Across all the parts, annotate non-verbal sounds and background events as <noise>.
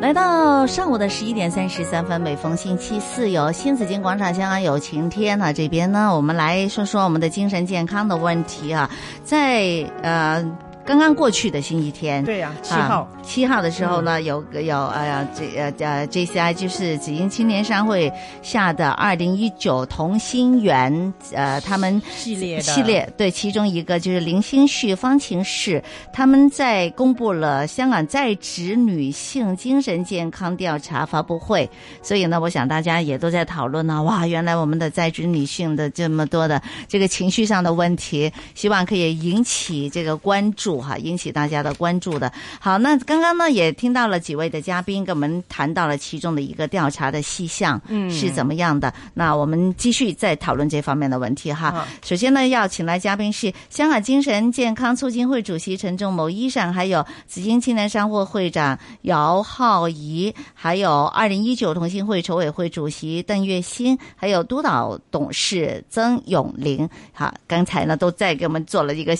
来到上午的十一点三十三分，每逢星期四有新紫金广场香港有晴天呢、这边呢，我们来说说我们的精神健康的问题啊，在呃刚刚过去的星期天，对呀、七号、嗯啊七号的时候呢，有有哎呀，这呃呃 JCI 就是紫英青年商会下的二零一九同心圆呃他们系列的嗯系列，对，其中一个就是林心旭、方晴氏，他们在公布了香港在职女性精神健康调查发布会，所以呢，我想大家也都在讨论呢，哇，原来我们的在职女性的这么多的这个情绪上的问题，希望可以引起这个关注哈，引起大家的关注的。好，那刚刚呢也听到了几位的嘉宾跟我们谈到了其中的一个调查的细项，嗯，是怎么样的？那我们继续再讨论这方面的问题哈。啊首先呢，要请来嘉宾是香港精神健康促进会主席陈仲谋医生，还有紫金青年商会会长姚浩仪，还有二零一九同心会筹委会主席邓月新，还有督导董事曾永玲。好，刚才呢都在给我们做了一个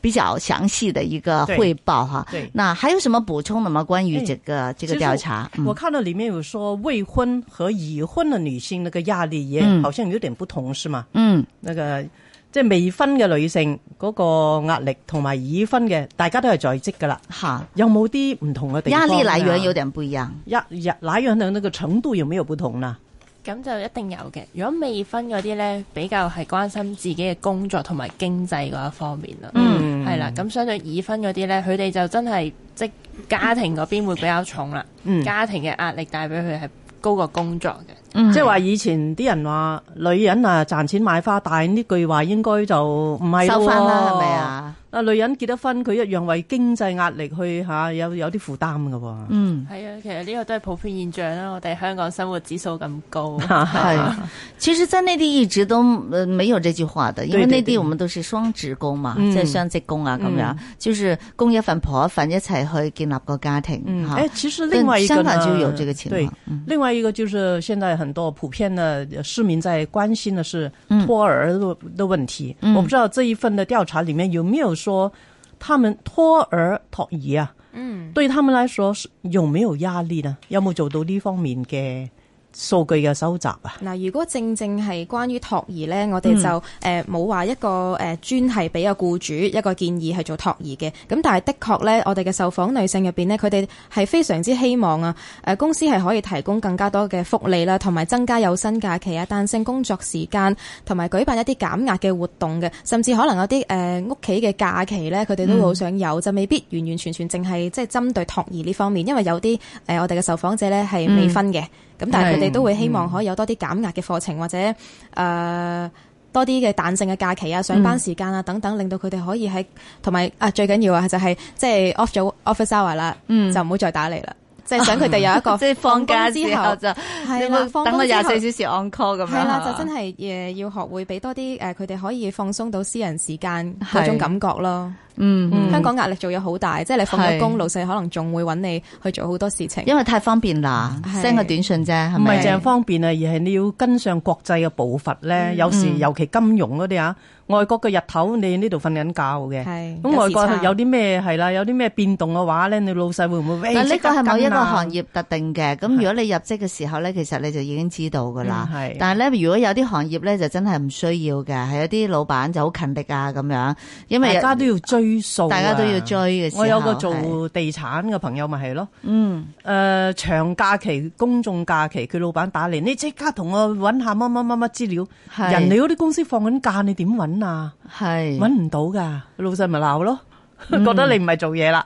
比较详细的一个对汇报哈。对那还有什么补充的吗？关于哎这个这其个实调查？嗯我看到里面有说未婚和已婚的女性那个压力也嗯好像有點不同，是嘛？嗯那個即係未婚嘅女性嗰個壓力同埋已婚嘅，大家都係在職噶啦，好，有冇啲唔同嘅地压方？力来源有。点不一样。压压来源的那個程度有沒有不同啊呢？咁就一定有嘅。如果未婚嗰啲呢，比較係關心自己嘅工作同埋經濟嗰一方面啦。嗯，係啦。咁相對已婚嗰啲呢，佢哋就真係即家庭嗰邊會比較重啦。嗯家庭嘅壓力帶俾佢係高過工作嘅。即係話以前啲人話女人啊賺錢買花，但係呢句話應該就唔係咯收喎翻啦，系咪？啊？啊，女人結咗婚，佢一樣為經濟壓力去嚇、有有啲負擔噶喎。嗯，係啊，其實呢個都係普遍現象啦。我哋香港生活指數咁高，系，啊其实，在内地一直都呃没有这句话的，因为对对内地对我们都是雙職工嘛，嗯即係雙職工啊咁樣，就是公一份婆一份一齊去建立個家庭嗯，哈哎，。其實另外一個啊香呢港就有這個情對況，，嗯另外一個就是現在很多普遍的呃市民在關心的是托兒的的問題。嗯我不知道這一份的調查裡面有沒有說，他們托兒托兒啊，嗯，對他們來說是有沒有壓力呢？有冇做到呢方面嘅數據嘅收集啊？嗱，如果正正係關於托兒呢，我哋就誒冇話一個呃誒專係俾個僱主一個建議係做托兒嘅。咁但係的確呢，我哋嘅受訪女性入邊呢，佢哋係非常之希望啊，誒公司係可以提供更加多嘅福利啦，同埋增加有薪假期啊、彈性工作時間，同埋舉辦一啲減壓嘅活動嘅，甚至可能有啲誒屋企嘅假期呢，佢哋都會好想有，就未必完完全全淨係即係針對托兒呢方面，因為有啲誒、呃我哋嘅受訪者呢係未婚嘅，咁、但係佢哋都會希望可以有多啲減壓嘅課程或者誒。呃多啲嘅彈性嘅假期啊、上班時間啊等等，令到佢哋可以喺同埋啊最緊要啊就係即係 off 咗 office hour 啦，嗯就唔好再 <laughs> 打嚟啦，即係想佢哋有一個即係放假工之後就係你啦會，放等我工之廿後四小時 on call 咁樣。啊係係啦，嘛就真係誒要學會俾多啲誒，佢哋可以放鬆到私人時間嗰係種感覺咯。嗯，香港壓力做嘢好大，即係你放係咗工，老細可能仲會揾你去做好多事情。因為太方便啦係，send 個短信啫，係唔咪？係淨係方便啊，而係你要跟上國際嘅步伐嗯呢。有時尤其金融嗰啲啊，外國嘅日頭你呢度瞓緊覺嘅。係咁外國時差有啲咩係啦？有啲咩變動嘅話咧，你老細會唔會？嗱，呢個啊係某一個行業業特定嘅，咁如果你入職嘅時候咧，其實你就已經知道噶啦。嗯係但係咧，如果有啲行業咧，就真係唔需要嘅，係有啲老闆就好勤力啊咁樣，因為大家都要追數啊，大家都要追嘅時候我有個係做地產嘅朋友咪係咯，嗯誒、長假期、公眾假期，佢老闆打嚟，你即刻同我揾下乜乜乜乜資料。係人哋嗰啲公司放緊假，你點揾啊？係揾唔到㗎，老細咪鬧咯。嗯覺得你唔係做嘢啦，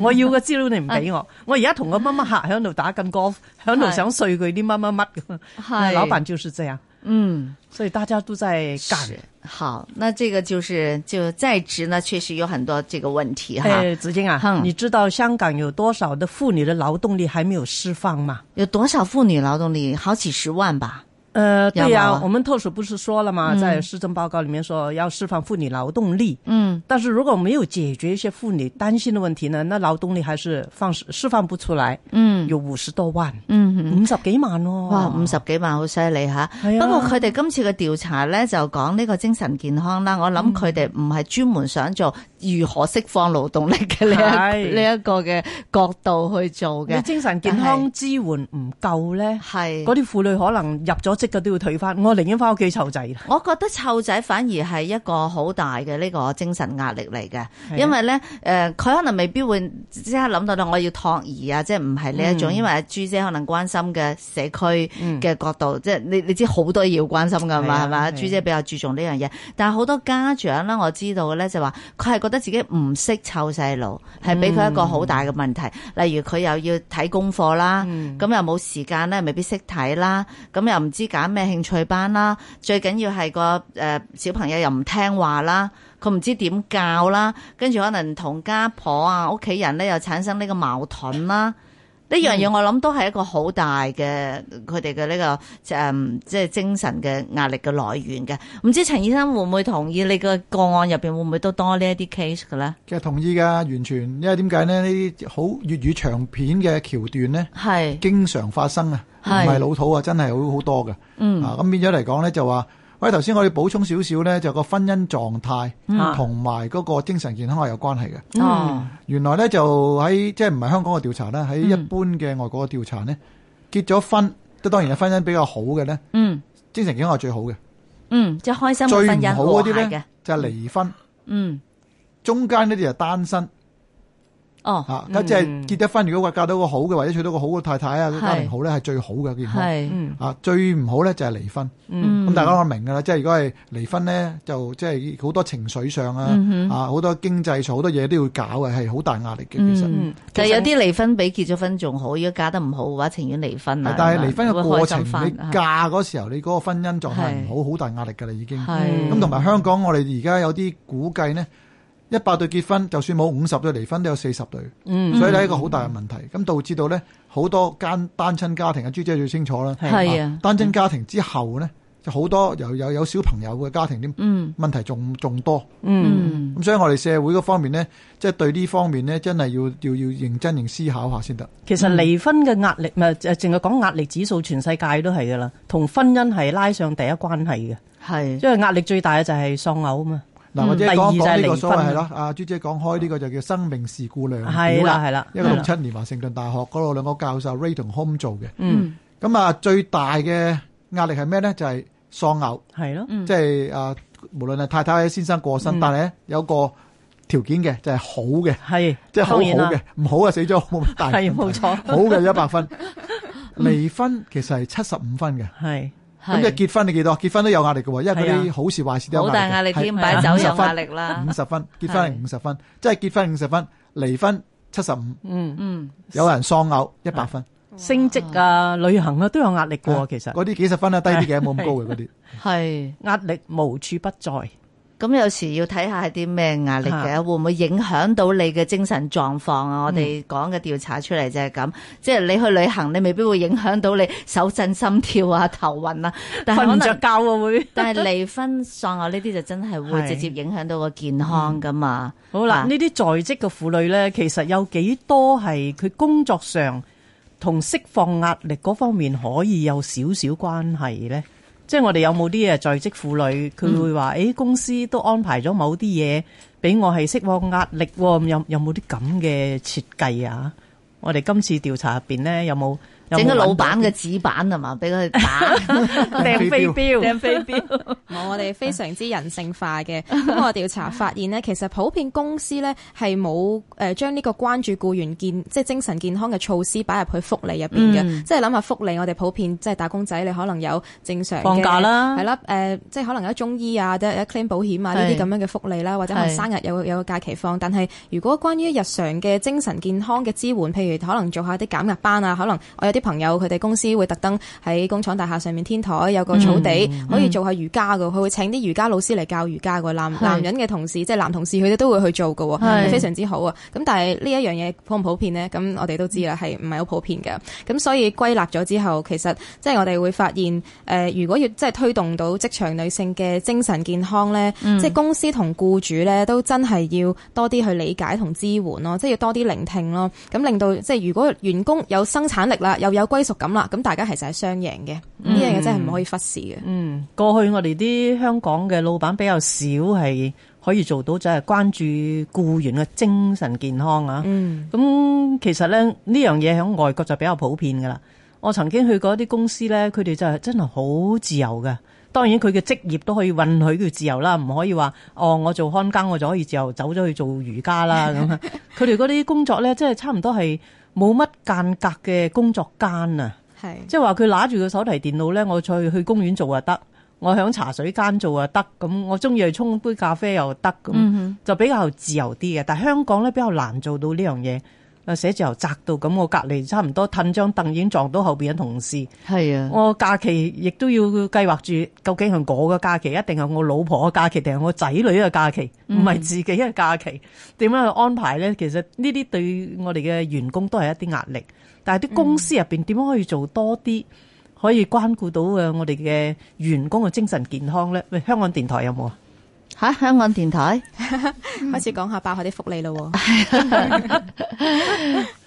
我要嘅資料你唔俾啊我，我而家同個乜乜客喺度打緊 golf，喺度想碎佢啲乜乜乜咁。係老闆就是這樣。嗯。所以大家都在干。好，那这个就是就在职呢，确实有很多这个问题哈。哎，子金啊，嗯你知道香港有多少的妇女的劳动力还没有释放吗？有多少妇女劳动力？好几十万吧。呃，对呀、要吗我们特首不是说了吗？在施政报告里面说要释放妇女劳动力，嗯，但是如果没有解决一些妇女担心的问题呢，那劳动力还是放释放不出来，嗯有五十多萬，嗯哼。五十幾萬咯、哇，五十幾萬好犀利吓！係啊不過佢哋今次嘅調查咧就講呢個精神健康啦，我諗佢哋唔係專門想做如何釋放勞動力嘅呢一係呢一個嘅角度去做你嘅，精神健康支援唔夠咧，係嗰啲婦女可能入咗職嘅都要退翻，我寧願翻屋企湊仔啦。我覺得湊仔反而係一個好大嘅呢個精神壓力嚟嘅，因為咧誒，呃佢、可能未必會即刻諗到啦，我要托兒啊，即係唔係呢一嗯種，因為阿朱姐可能關心嘅社區嘅角度，即係你你知好多嘢要關心噶係嘛，啊係嘛？係啊朱姐比較注重呢樣嘢，但係好多家長咧，我知道嘅咧就話佢係覺得自己唔識湊細路，係嗯俾佢一個好大嘅問題，例如佢又要睇功課啦，咁、嗯又冇時間咧，未必識睇啦，咁又唔知揀咩興趣班啦。最緊要係個誒小朋友又唔聽話啦，佢唔知點教啦，跟住可能同家婆啊、屋企人咧又產生呢個矛盾啦。呢樣嘢我諗都係一個好大嘅佢哋嘅呢個誒即係精神嘅壓力嘅來源嘅。唔知陳醫生會唔會同意你嘅個案入邊會唔會都多呢一啲 case 嘅咧？其實同意㗎，完全，因為點解呢？呢啲好粵語長片嘅橋段呢，係經常發生啊，唔係係老土啊，真係好好多嘅。嗯啊，咁變咗嚟講呢，就話，喂，頭先我哋補充少少呢，就個婚姻狀態嗯同埋嗰個精神健康係有關係嘅。哦原來呢，就喺即係唔係香港嘅調查啦，喺一般嘅外國嘅調查呢，結咗婚，即當然係婚姻比較好嘅呢，嗯精神健康係最好嘅。嗯，即係開心嘅最婚唔姻好和嗰啲諧呢嘅，，就係離婚，嗯中間呢啲就係單身。哦啊，咁即係結咗婚，如果話嫁到個好嘅，或者娶到個好嘅太太啊，係家庭好咧係最好嘅健康。係嗯啊，最唔好咧就係離婚。嗯咁大家都明㗎啦，即係如果係離婚咧，就即係好多情緒上啊嗯，啊好多經濟上好多嘢都要搞嘅，係好大壓力嘅。其實，嗯，就有啲離婚比結咗婚仲好，如果嫁得唔好嘅話，情願離婚啊但。係離婚嘅過程，會開心返你嫁嗰時候你嗰個婚姻狀態唔好，好大壓力㗎啦已經。係咁同埋香港，我哋而家有啲估計呢，一百對結婚，就算冇五十對離婚，都有四十對，嗯所以呢一個好大嘅問題，咁導致到呢，好多間單親家庭嘅朱姐最清楚啦，係啊，單親家庭之後呢，就好多有有有小朋友嘅家庭啲嗯問題仲仲多，嗯，嗯咁所以我哋社會嗰方面呢，即係對呢方面呢，真係要要要認真認思考下先得。其實離婚嘅壓力咪誒，淨係講壓力指數，全世界都係噶啦，同婚姻係拉上第一關係嘅，係因為壓力最大嘅就係喪偶啊嘛。嗱，或者嗯講第講二呢就係個離所謂婚係啦，阿啊朱姐講開呢個就叫生命事故量係表啦係啦一個係六啦七年華盛頓大學嗰度兩個教授 Ray 同 Home 做嘅。嗯咁啊，最大嘅壓力係咩咧？就係、喪偶，係咯，嗯即係啊，無論係太太或者先生過身，嗯但係咧有個條件嘅就係、好嘅，係即係好好當然啦嘅，唔好啊死咗 <laughs> 冇乜大問題係冇錯好嘅一百分。 <laughs> 離婚其實係七十五分嘅，係咁係即係結婚你幾多？結婚都有壓力嘅喎，因為嗰係啲啊好事壞事都有好大壓壓力力嘅，添，係嗯擺酒有50分壓力啦五。十分，結婚係五十分，即係結婚五十分，離婚七十五，嗯嗯有人喪偶一百分，升職啊、旅行啊都有壓力嘅喎，其實。嗰啲幾十分啊，低啲嘅冇咁高嘅嗰啲。係，壓力無處不在，咁有時要睇下係啲咩壓力嘅，嚇會唔會影響到你嘅精神狀況啊？我哋講嘅調查出嚟就係咁，即係你去旅行，你未必會影響到你手震、心跳啊、頭暈啊，但係瞓可唔着能。覺啊會。但係離婚喪啊偶呢啲就真係會係直接影響到個健康噶嘛。好啦，啊呢啲在職嘅婦女呢，其實有幾多係佢工作上同釋放壓力嗰方面可以有少少關係呢？即係我哋有冇啲誒呃在職婦女，佢嗯會話：，誒、公司都安排咗某啲嘢俾我係釋放壓力喎，咁有有冇啲咁嘅設計啊？我哋今次調查入邊呢，有冇有冇整個老揾到闆嘅紙板係嘛，俾佢打。 <laughs> <laughs> 掟飛鏢？掟飛鏢，冇，我哋非常之人性化嘅。咁我調查發現呢，其實普遍公司呢係冇誒將呢個關注僱員健即係精神健康嘅措施擺入去福利入邊嘅。嗯即係諗下福利，我哋普遍即係打工仔，你可能有正常嘅放假啦係啦誒，即係可能有中醫啊，或者有 claim 保險啊呢係啲咁樣嘅福利啦，或者可係能生日有有個假期放。但係如果關於日常嘅精神健康嘅支援，譬如可能做下啲減壓班啊，可能我有啲朋友佢哋公司會特登喺工廠大廈上面天台有個草地，可以做下瑜伽嘅，佢會請啲瑜伽老師嚟教瑜伽嘅男係男人嘅同事，即係男同事佢哋都會去做嘅係喎，非常之好啊！咁但係呢一樣嘢普唔普遍呢？咁我哋都知啦，係唔係好普遍嘅。咁所以歸納咗之後，其實即係我哋會發現，誒、如果要即係推動到職場女性嘅精神健康咧，即係公司同僱主咧都真係要多啲去理解同支援咯，即係要多啲聆聽咯。咁令到即係如果員工有生產力啦，又有歸屬感啦，咁大家其實係雙贏嘅。呢樣嘢真係唔可以忽視嘅。嗯，過去我哋啲香港嘅老闆比較少係可以做到，就係關注僱員嘅精神健康啊。嗯，咁、其實咧呢樣嘢喺外國就比較普遍噶啦。我曾經去過一啲公司咧，佢哋就係真係好自由嘅。當然佢嘅職業都可以允許佢自由啦，唔可以話哦我做看更我就可以自由走咗去做瑜伽啦咁啊。佢哋嗰啲工作咧，即係差唔多係冇乜間隔嘅工作間啊。係。即係話佢揦住個手提電腦咧，我再去公園做又得，我喺茶水間做又得，咁我中意去沖杯咖啡又得，咁、就比較自由啲嘅。但係香港咧比較難做到呢樣嘢，啊寫字樓窄到咁，我隔離差唔多褪張凳已經撞到後邊嘅同事。系啊，我假期亦都要計劃住，究竟係我嘅假期，一定係我老婆嘅假期，定係我仔女嘅假期，嗯唔嗯係自己嘅啊假期，點樣去安排呢？其實呢啲對我哋嘅員工都係一啲壓力，但係啲公司入邊點樣可以做多啲，可以關顧到嘅我哋嘅員工嘅精神健康呢？喂，香港電台有冇啊？吓、香港電台。開始講下爆下啲福利咯喎。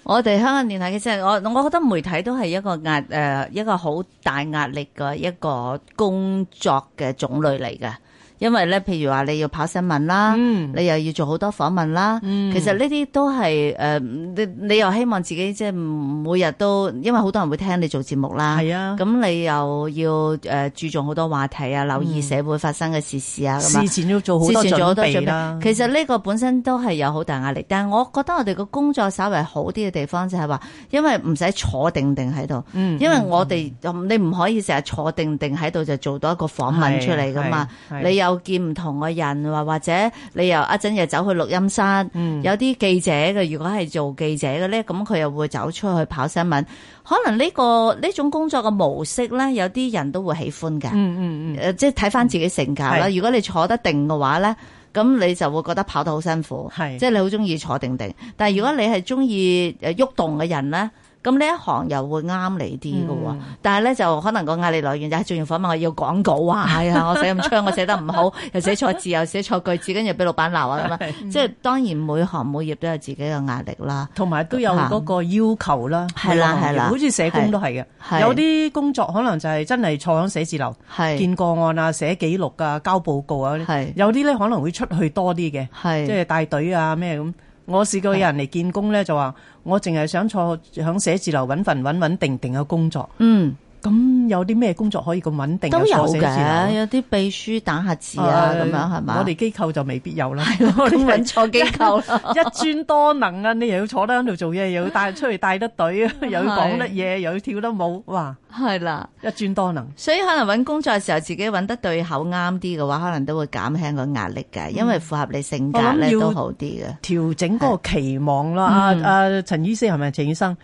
我哋香港電台嘅即係我，我覺得媒體都係一個壓誒、呃一個好大壓力嘅一個工作嘅種類嚟嘅，因為咧，譬如話你要跑新聞啦，嗯你啊又要做好多訪問啦，其實呢啲都係誒、呃你你又希望自己即係每日都，因為好多人會聽你做節目啦，係啊咁你又要誒、呃注重好多話題啊，留意社會發生嘅時事啊，咁啊事。前要做好多之前做準好多準備備啦。其實呢個本身都係有好大壓力，但係我覺得我哋個工作稍微好啲嘅地方就係話，因為唔使坐定定喺度，嗯因為我哋、你唔可以成日坐定定喺度就做到一個訪問出嚟噶嘛。係係你又見唔同嘅人，或或者你又一陣又走去錄音室，嗯有啲記者嘅，如果係做記者嘅咧，咁佢又會走出去跑新聞。可能呢、個呢種工作嘅模式咧，有啲人都會喜歡嘅。嗯嗯嗯，誒，呃即係睇翻自己性格啦。係如果你坐得定嘅話咧，咁你就會覺得跑得好辛苦，係即係你好中意坐定定。但係如果你係中意誒喐動嘅人咧，咁呢一行又會啱你啲嘅喎。嗯但係咧就可能個壓力來源就係做完訪問我要講稿 <laughs> 啊，哎呀，我寫咁槍，我寫得唔好，又寫錯字，又寫錯句子，跟住俾老闆鬧啊咁啊。即係當然每行每業都有自己嘅壓力啦。同埋都有嗰個要求啦，係啦每個行業係啦好似社工都係係嘅，有啲工作可能就係真係坐喺寫字樓。係見個案啊、寫記錄啊、交報告啊嗰啲係，有啲咧可能會出去多啲嘅，即係係帶隊啊咩咁。我試過有人嚟見工咧，就話我淨係想坐響寫字樓揾份穩穩定定嘅工作。嗯。咁有啲咩工作可以咁穩定啊？都有坐寫字樓嘅，有啲秘書打下字啊，咁樣係嘛？我哋機構就未必有啦。 <laughs> 我哋揾錯機構啦。一專多能啊！你又要坐得喺度做嘢，又要帶出去帶得隊， <laughs> 又要講得嘢，又要跳得舞，哇！係啦，一專多能。所以可能揾工作嘅時候，自己揾得對口啱啲嘅話，可能都會減輕個壓力嘅，因為符合你性格我諗咧要都好啲嘅。調整嗰個期望啦，啊啊陳醫師係咪陳醫生？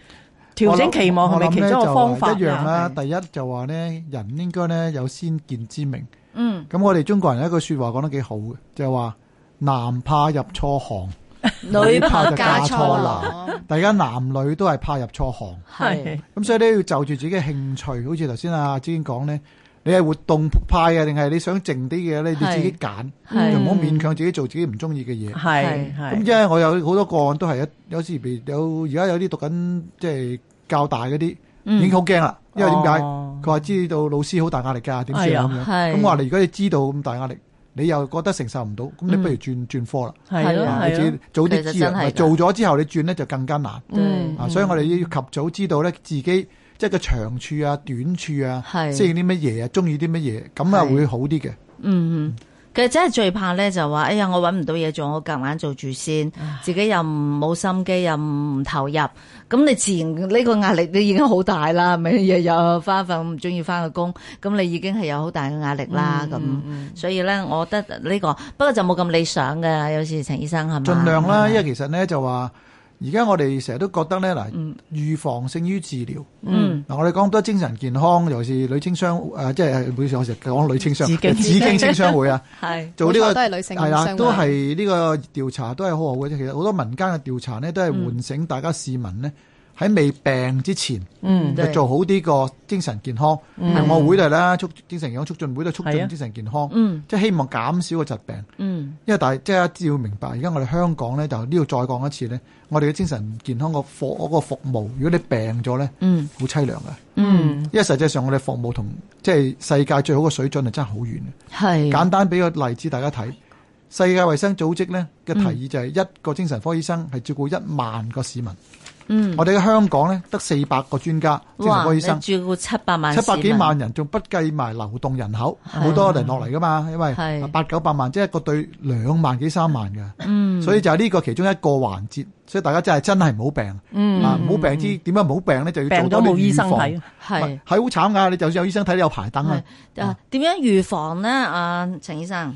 調整期望係咪我諗其呢中一個方法就一樣啦。係第一就話呢，人應該呢有先見之明。嗯，咁我哋中國人有一句説話講得幾好嘅，就係話男怕入 <laughs> 錯行，女怕就嫁錯錯郎，郎。大家男女都係怕入錯行，係咁所以咧要就住自己嘅興趣，好似頭先阿之堅講呢，你係活動派啊，定係你想靜啲嘅咧，你係自己揀，係就唔好勉強自己做自己唔中意嘅嘢。係咁因係為我有好多個案都係一有時譬如有而家有啲讀緊即係教大嗰啲嗯已經好驚啦，因為點解？哦佢話知道老師好大壓力㗎，哎點算啊咁樣？係咁我話你如果你知道咁大壓力，你又覺得承受唔到，咁你不如轉轉科啦。係咯嗯啊你係自咯己早其實啲知真係啊，㗎嗯做咗之後你轉咧就更加難。對啊，所以我哋要及早知道咧自己即係個長處啊、短處啊，係適應啲乜嘢啊，中意啲乜嘢，咁啊係會好啲嘅。嗯，其實真係最怕咧，就話哎呀，我揾唔到嘢做，我夾硬做住先，自己又唔冇心機，又唔投入，咁你自然呢個壓力你已經好大啦，係咪日日翻份唔中意翻嘅工，咁你已經係有好大嘅壓力啦，咁、所以咧，我覺得呢、個不過就冇咁理想嘅，有時陳醫生係咪？盡量啦，因係為其實咧就話而家我哋成日都覺得咧，嗱嗯，預防勝於治療。嗯嗱，我哋講多精神健康，尤其是女青商誒、即係每次我成日講女青商，紫荊紫荊青商會 <laughs> 啊，系做呢、個冇錯都係女性係啦，相關都係呢個調查都係好好嘅啫。其實好多民間嘅調查呢，都係喚醒大家市民呢，喺未病之前嗯就對做好呢個精神健康。嗯我會都係啦，促精神健康促進會都促係啊進精神健康，嗯即係希望減少個疾病。嗯因為大即係一定要明白，而家我哋香港咧，就呢度再講一次咧，我哋嘅精神健康個服嗰個服務，如果你病咗咧，嗯好凄涼嘅。嗯因為實際上我哋服務同即係世界最好嘅水準係真係好遠嘅。系簡單俾個例子大家睇，世界衛生組織咧嘅提議就係一個精神科醫生係照顧一萬個市民。嗯我哋嘅香港咧得四百個專家精神科醫你生，照顾七百万七百幾萬人，人仲不計埋流動人口，係好多人落嚟噶嘛，因係為八九百萬即係一個對兩萬幾三萬嘅。嗯，所以就係呢個其中一個環節，所以大家真係真係唔好病、 <laughs> 嗯啊！唔好病之點解唔好病咧？就要病咗做多啲冇醫生預防。睇，系係好慘㗎！你就算有醫生睇，你有排等啊！系啊，点样预防呢？啊，陈医生，誒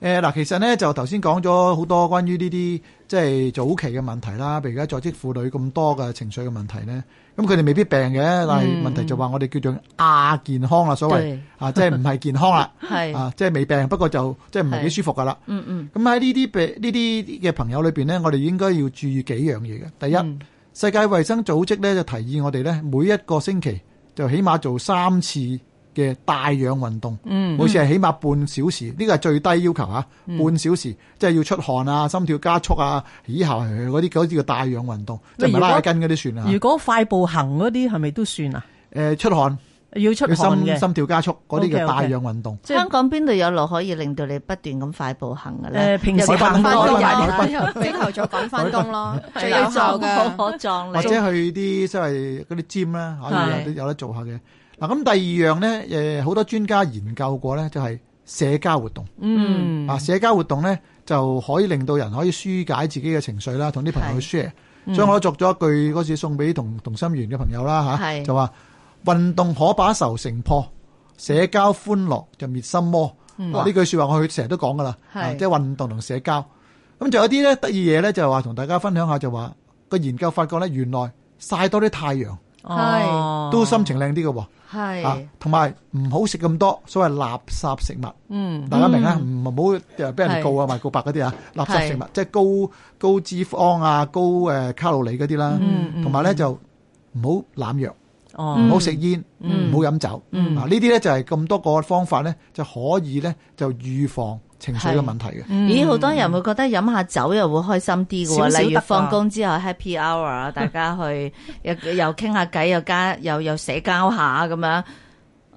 呃嗱、其實咧就頭先講咗好多關於呢啲即係早期嘅問題啦，譬如而家在職婦女咁多嘅情緒嘅問題咧，咁佢哋未必病嘅，但係問題就話我哋叫做亞健康啦，所謂對啊，即係唔係健康啦，系，嗯啊，即係未病，不過就即係唔係幾舒服㗎啦。嗯咁喺呢啲病呢啲嘅朋友裏邊咧，我哋應該要注意幾樣嘢嘅。第一，嗯世界衛生組織咧就提議我哋咧每一個星期就起碼做三次嘅帶氧運動，嗯每次係起碼半小時，呢個係最低要求嚇，半小時即係要出汗啊、心跳加速啊、以後嗰啲嗰啲叫帶氧運動，即係唔係拉筋嗰啲算啊如。果快步行嗰啲係咪都算啊？誒出汗、要出要汗心嘅，心跳加速嗰啲叫 OK，OK 帶氧運動。即香係港邊度有路可以令到你不斷咁快步行嘅咧？誒平時有啲行翻工多多啲啲啊拜 <laughs> 拜，朝頭早趕翻工 <laughs> 咯，最有撞 <laughs> 效㗎。可啊撞或你者。去啲即係嗰啲 gym 啦，可以有係得有得做下嘅。嗱，咁第二樣咧，誒好多專家研究過咧，就係社交活動。嗯啊，社交活動咧就可以令到人可以疏解自己嘅情緒啦，同啲朋友去 share。嗯所以我都作咗一句嗰次送俾同同心圓嘅朋友啦吓，係就話運動可把仇成破，社交歡樂就滅心魔。嗯啊呢句説話我去成日都講噶啦，係啊即係運動同社交。咁仲有啲咧得意嘢咧，就係話同大家分享下，就話個研究發覺咧，原來曬多啲太陽哦都心情靚啲嘅喎。啊系，，同埋唔好食咁多所謂垃圾食物。嗯大家明啦，唔唔好又俾人告啊，賣告白嗰啲啊，垃圾食物即係高高脂肪啊、高誒卡路里嗰啲啦，嗯同埋咧就唔好濫藥，唔哦，好食煙，嗯唔好飲酒。啊嗯嗱呢啲咧就係咁多個方法咧，就可以咧就預防情緒嘅問題嘅。咦，好多人會覺得飲下酒又會開心啲嘅少少喎，得例如放啩工之後 happy hour <laughs> 啊，大家去又又傾下偈，又加又又社交下咁樣，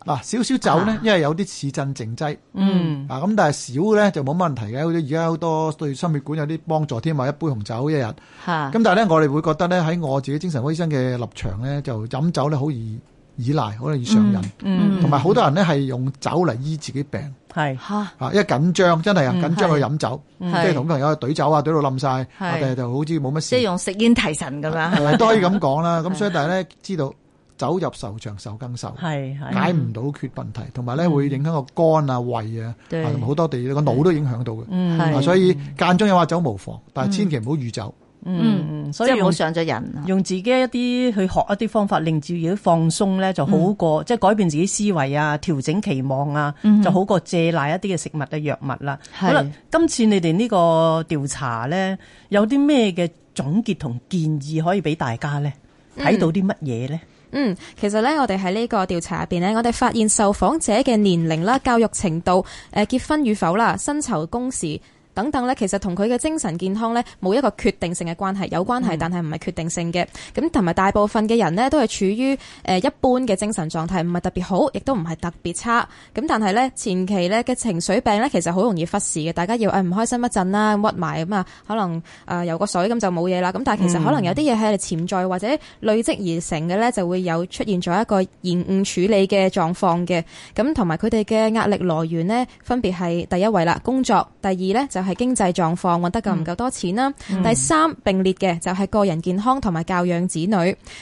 嗱少少酒咧啊，因為有啲似鎮靜劑嗯啊，咁但係少咧就冇乜問題嘅。好似而家好多對心血管有啲幫助添啊，一杯紅酒一日。嚇，咁但係咧，我哋會覺得咧，喺我自己精神科醫生嘅立場咧，就飲酒咧好易依賴，好易上癮，嗯嗯同埋好多人咧係用酒嚟醫自己病係嚇，啊，因為緊張真係啊，嗯緊張去飲酒，嗯即係同朋友去懟酒啊，懟到冧晒，啊係但係就好似冇乜即係事，用食煙提神咁樣，係咪都可以咁講啦？咁所以但係咧，知道酒入愁腸，愁更愁。係係解唔到缺問題，同埋咧會影響個肝啊、胃啊，對啊同埋好多地個腦都影響到嘅。嗯係啊，所以間中有下酒無妨，但係千祈唔好預酒。嗯嗯，即所以係用冇上咗啊人。用自己一啲去學一啲方法，令自己放鬆咧，就好嗯過、即係改變自己思維啊，調整期望啊，就好過借賴一啲嘅食物嘅藥物啦。係好啦，今次你哋呢個調查咧，有啲咩嘅總結同建議可以俾大家咧？睇到啲乜嘢咧？ <laughs> 嗯，其實咧，我哋喺呢個調查入邊呢，我哋發現受訪者嘅年齡啦、教育程度、誒、結婚與否啦、薪酬、工時。等等咧，其實同佢嘅精神健康咧冇一個決定性嘅關係，有關係，嗯但係唔係決定性嘅。咁同埋大部分嘅人呢，都係處於誒、呃一般嘅精神狀態，唔係特別好，亦都唔係特別差。咁但係咧前期咧嘅情緒病咧，其實好容易忽視嘅。大家要誒唔、開心一陣啦，咁屈埋咁啊，可能誒、呃游個水咁就冇嘢啦。咁但係其實可能有啲嘢係潛在或者累積而成嘅咧，就會有出現咗一個延誤處理嘅狀況嘅。咁同埋佢哋嘅壓力來源呢，分別係第一位啦，工作；第二呢，就係、係經濟狀況揾得夠唔夠多錢啦。第三並列嘅就係個人健康同埋教養子女。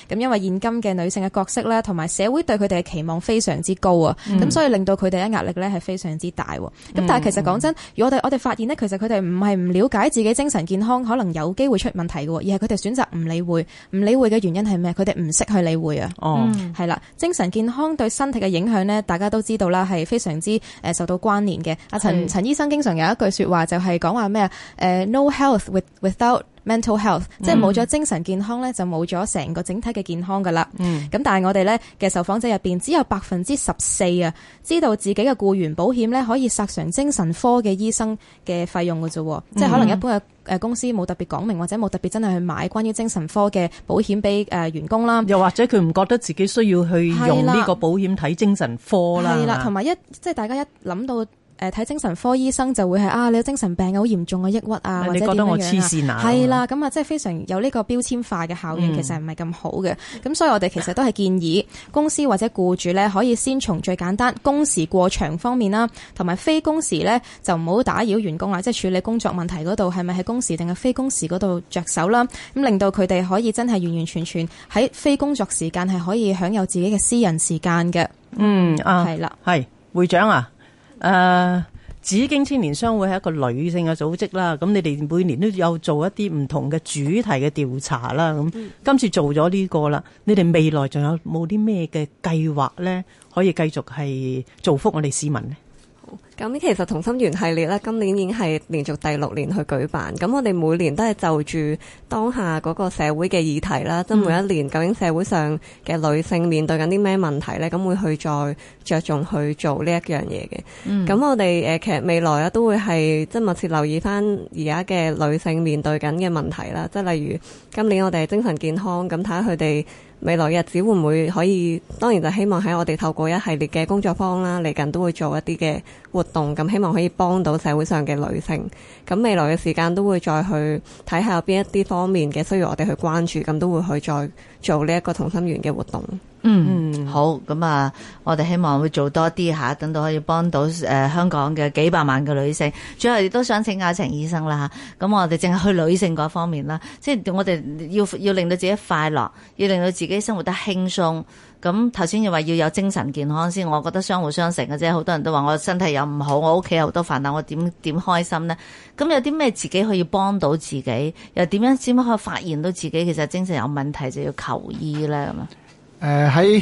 咁因為現今嘅女性嘅角色咧，同埋社會對佢哋嘅期望非常之高啊，咁、所以令到佢哋嘅壓力咧係非常之大喎。咁、但係其實講真，如果我哋我哋發現呢，其實佢哋唔係唔了解自己精神健康可能有機會出問題嘅喎，而係佢哋選擇唔理會。唔理會嘅原因係咩？佢哋唔識去理會啊。哦，係啦，精神健康對身體嘅影響呢，大家都知道啦，係非常之誒、呃受到關聯嘅。阿陳係陳醫生經常有一句説話就係講話咩啊？誒、n o health with without mental health，、即係冇咗精神健康呢，就冇咗成個整體嘅健康噶啦。嗯，咁但係我哋呢嘅受訪者入邊，只有百分之十四啊，知道自己嘅僱員保險呢可以索償精神科嘅醫生嘅費用嘅啫喎，即係可能一般嘅。誒公司冇特別講明，或者冇特別真係去買關於精神科嘅保險俾誒員工啦。又或者佢唔覺得自己需要去用呢係啦個保險睇精神科啦，係係啦，嘛同埋一即係大家一諗到。誒睇精神科醫生就會係啊，你有精神病嘅好嚴重嘅抑鬱啊，或你者覺點得我樣黐樣線啊？啊？嗯係啦，咁啊，即係非常有呢個標籤化嘅效應，其實係唔係咁好嘅。咁所以我哋其實都係建議公司或者僱主咧，可以先從最簡單工時過長方面啦，同埋非工時咧就唔好打擾員工啦，即係處理工作問題嗰度係咪喺工時定係非工時嗰度着手啦，咁令到佢哋可以真係完完全全喺非工作時間係可以享有自己嘅私人時間嘅，嗯啊，係啦。係會長啊，誒、紫荊青年商會係一個女性嘅組織啦，咁你哋每年都有做一啲唔同嘅主題嘅調查啦，咁今次做咗呢個啦，你哋未來仲有冇啲咩嘅計劃咧，可以繼續係造福我哋市民呢？咁其實同心圓系列咧，今年已經係連續第六年去舉辦。咁我哋每年都係就住當下嗰個社會嘅議題啦，即係每一年究竟社會上嘅女性面對緊啲咩問題咧，咁會去再着重去做呢一樣嘢嘅。咁、我哋誒、呃其實未來咧都會係即係密切留意翻而家嘅女性面對緊嘅問題啦，即係例如今年我哋係精神健康，咁睇下佢哋。未來日子會唔會可以？當然就希望喺我哋透過一系列嘅工作坊啦，嚟緊都會做一啲嘅活動，咁希望可以幫到社會上嘅女性。咁未來嘅時間都會再去睇下有邊一啲方面嘅需要我哋去關注，咁都會去再做呢一個同心圓嘅活動。嗯，好，咁啊，我哋希望會做多啲吓，等到可以幫到誒、呃香港嘅幾百萬嘅女性。最後亦都想請教陳醫生啦吓，咁我哋淨係去女性嗰方面啦，即係我哋要要令到自己快樂，要令到自己生活得輕鬆。咁頭先又話要有精神健康先，我覺得相互相成嘅啫。好多人都話我身體又唔好，我屋企有好多煩惱，我點點開心呢？咁有啲咩自己可以幫到自己，又點樣先可以發現到自己其實精神有問題就要求醫呢？咁啊？誒呃喺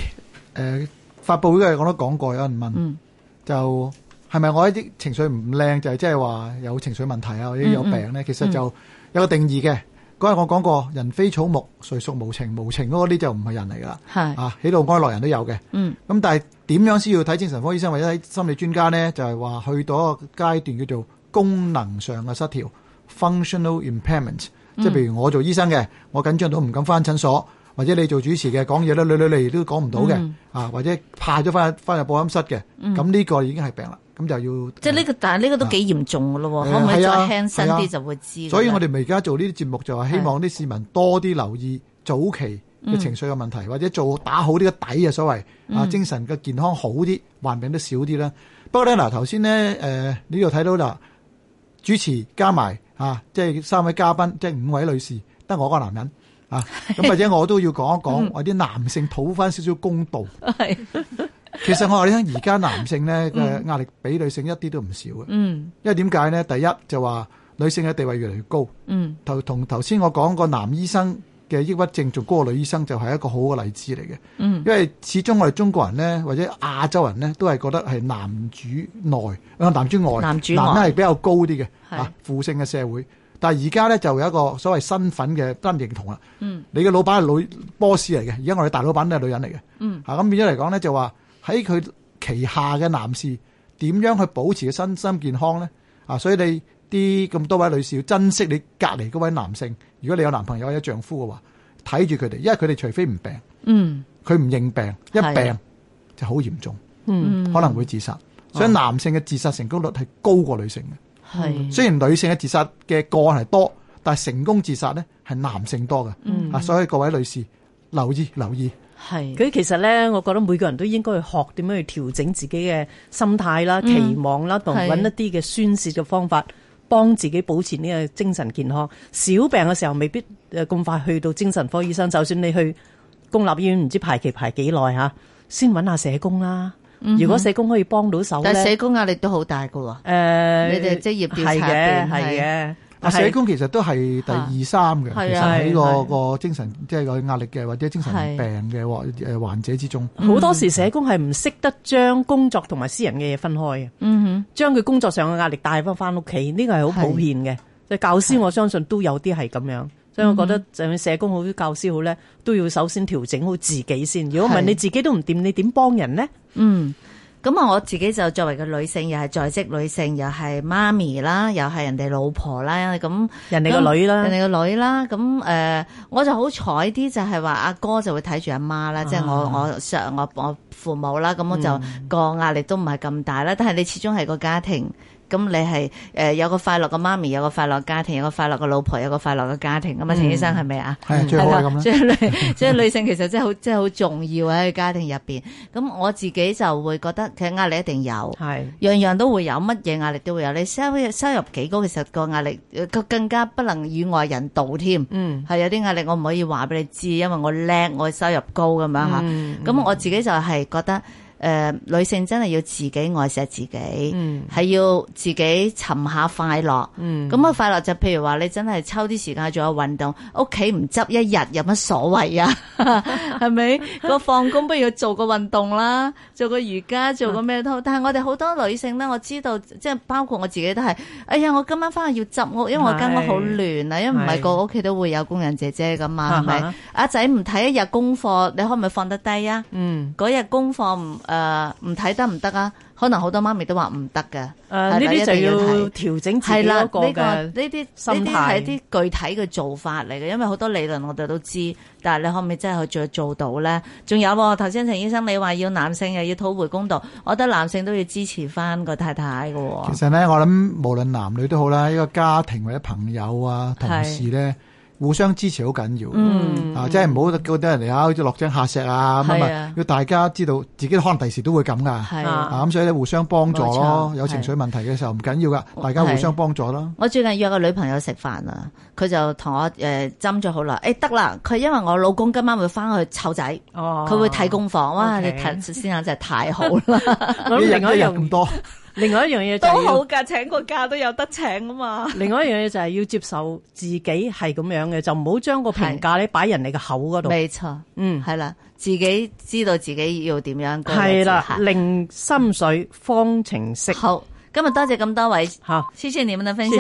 誒發佈會嘅我都講過，有人問、嗯就係咪我一啲情緒唔靚就係即係話有情緒問題啊，或者有病咧？其實就有個定義嘅。嗰日我講過，人非草木，誰屬無情？無情嗰啲就唔係人嚟㗎啦。係，啊，喜怒哀樂人都有嘅。嗯。咁但係點樣先要睇精神科醫生或者睇心理專家呢？就係、話去到一個階段叫做功能上嘅失調 （functional impairment），、即係譬如我做醫生嘅，我緊張到唔敢翻診所，或者你做主持嘅講嘢咧，你你你都講唔到嘅，嗯啊或者派咗翻翻入播音室嘅，咁呢、個已經係病啦，咁就要即係呢個，但係呢個都幾嚴重嘅咯喎，誒可唔可以係再嗯啊輕身係啲啊就會知㗎啦？所以我哋咪而家做呢啲節目就係希望啲市民多啲留意早期嘅情緒嘅問題，或者做打好呢個底啊，所謂啊精神嘅健康好啲，患病都少啲啦。不過咧嗱，頭先咧誒呢度睇到啦，主持加埋啊，即係三位嘉賓，即係五位女士，得我一個男人。啊，咁或者我都要講一講，我啲男性討翻少少公道。其實我話你聽，而家男性咧嘅壓力比女性一啲都唔少嘅。嗯因為點解呢？第一就話女性嘅地位越嚟越高，嗯頭同頭先我講個男醫生嘅抑鬱症仲高過女醫生，就係一個好嘅例子嚟嘅。嗯因為始終我哋中國人呢，或者亞洲人呢，都係覺得係男主內啊男主外，男主外男咧係比較高啲嘅係啊父性嘅社會。但係而家呢，就有一個所謂身份嘅不認同啦。嗯，你嘅老闆係女 boss 嚟嘅，而家我哋大老闆都係女人嚟嘅。嗯，啊咁變咗嚟講呢，就話喺佢旗下嘅男士點樣去保持嘅身心健康呢？啊，所以你啲咁多位女士要珍惜你隔離嗰位男性，如果你有男朋友或者丈夫嘅話，睇住佢哋，因為佢哋除非唔病，嗯佢唔認病，一係病就好嚴重，嗯，可能會自殺。嗯所以男性嘅自殺成功率係高過女性嘅。係雖然女性嘅自殺嘅個案係多，但係成功自殺呢係男性多嘅。嗯啊，所以各位女士留意留意。係佢其實咧，我覺得每個人都應該去學點樣去調整自己嘅心態啦、期望啦，同嗯係揾一啲嘅宣泄嘅方法，幫自己保持呢個精神健康。小病嘅時候未必誒咁快去到精神科醫生，就算你去公立醫院，唔知排期排幾耐嚇，先揾下社工啦。如果社工可以幫到手咧，嗯但誒、社工壓力都好大噶喎。你哋職業調查係入嘅，邊係嘅。啊，社工其實都係第啊二三嘅，係其實啊喺係個係個精神即係個壓力嘅或者精神係病嘅患誒患者之中，好多時社工係唔識得將工作同埋私人嘅嘢分開嘅，嗯將佢工作上嘅壓力帶翻翻屋企，呢個係好普遍嘅。即係教師，我相信都有啲係咁樣，所以我覺得就算社工好，教師好咧，都要首先調整好自己先。如果唔係係你自己都唔掂，你點幫人呢？哼，嗯。咁啊，我自己就作為個女性，又係在職女性，又係媽咪啦，又係人哋老婆啦，咁人哋個女啦人，哋個女啦，咁誒、呃我就好彩啲，就係話阿哥就會睇住阿媽啊啦，即係我我上我我父母啦，咁我就嗯個壓力都唔係咁大啦。但係你始終係個家庭，咁你係誒、呃有個快樂嘅媽咪，有個快樂嘅家庭，有個快樂嘅老婆，有個快樂嘅家庭，咁啊，陳醫嗯生係咪啊？係最好係咁啦即。係女， <laughs> 即係女性其實真係好， <laughs> 真係好重要喺個家庭入邊。咁我自己就會覺得，其實壓力一定有。係樣樣都會有，乜嘢壓力都會有。你收入收入幾高，其實個壓力呃更更加不能與外人道添。嗯係有啲壓力，我唔可以話俾你知，因為我叻，我收入高咁樣吓。嗯咁、我自己就係覺得，诶、呃女性真係要自己愛錫自己，係嗯要自己尋下快樂。嗯咁啊，快樂就譬如話，你真係抽啲時間做下運動，屋企唔執一日有乜所謂 <laughs> 啊？係咪？個放工不如做個運動啦，做個瑜伽，做個咩都嗯好。但係我哋好多女性咧，我知道即係包括我自己都係，哎呀，我今晚翻去要執屋，因為我間屋好亂啊，因為唔係個個屋企都會有工人姐姐噶嘛，係啊咪哈？阿仔唔睇一日功課，你可唔可以放得低啊？嗯。嗰日功課唔誒唔睇得唔得啊？可能好多媽咪都話唔得嘅。誒係啦呢啲就一定要要睇調整自係己啦，嗰呢個個嘅呢啲呢心態啲係啲具體嘅做法嚟嘅，因為好多理論我哋都知，但係你可唔可以真係去做做到咧？仲有喎，頭先陳醫生你話要男性又要討回公道，我覺得男性都要支持翻個太太嘅喎。其實咧，我諗無論男女都好啦，一個家庭或者朋友啊、同事咧，互相支持好緊要。嗯，啊，即係唔好覺得人哋啊，好似落井下石啊咁係啊啊，要大家知道自己可能第時都會咁噶。係啊啊，咁所以咧互相幫助咯冇，錯有情緒問題嘅時候唔緊要噶，大家互相幫助啦。我最近約個女朋友食飯啊，佢就同我誒斟咗好耐，誒得啦，佢因為我老公今晚會翻去湊仔，哦佢會睇功課，哇！你 OK 睇先生真係太好 <laughs> 啦，我諗一日另外一一日咁樣，多，另外一樣嘢就係要，㗎，請個假都有得請啊嘛。另外一樣嘢就係要接受自己係咁樣嘅，就唔好將個評係價咧擺人哋嘅口嗰度。冇錯。嗯，系啦，自己知道自己要點樣過日係子啦，嚇令心水方程式好，今日多謝咁多位，嚇。謝謝你們的分享。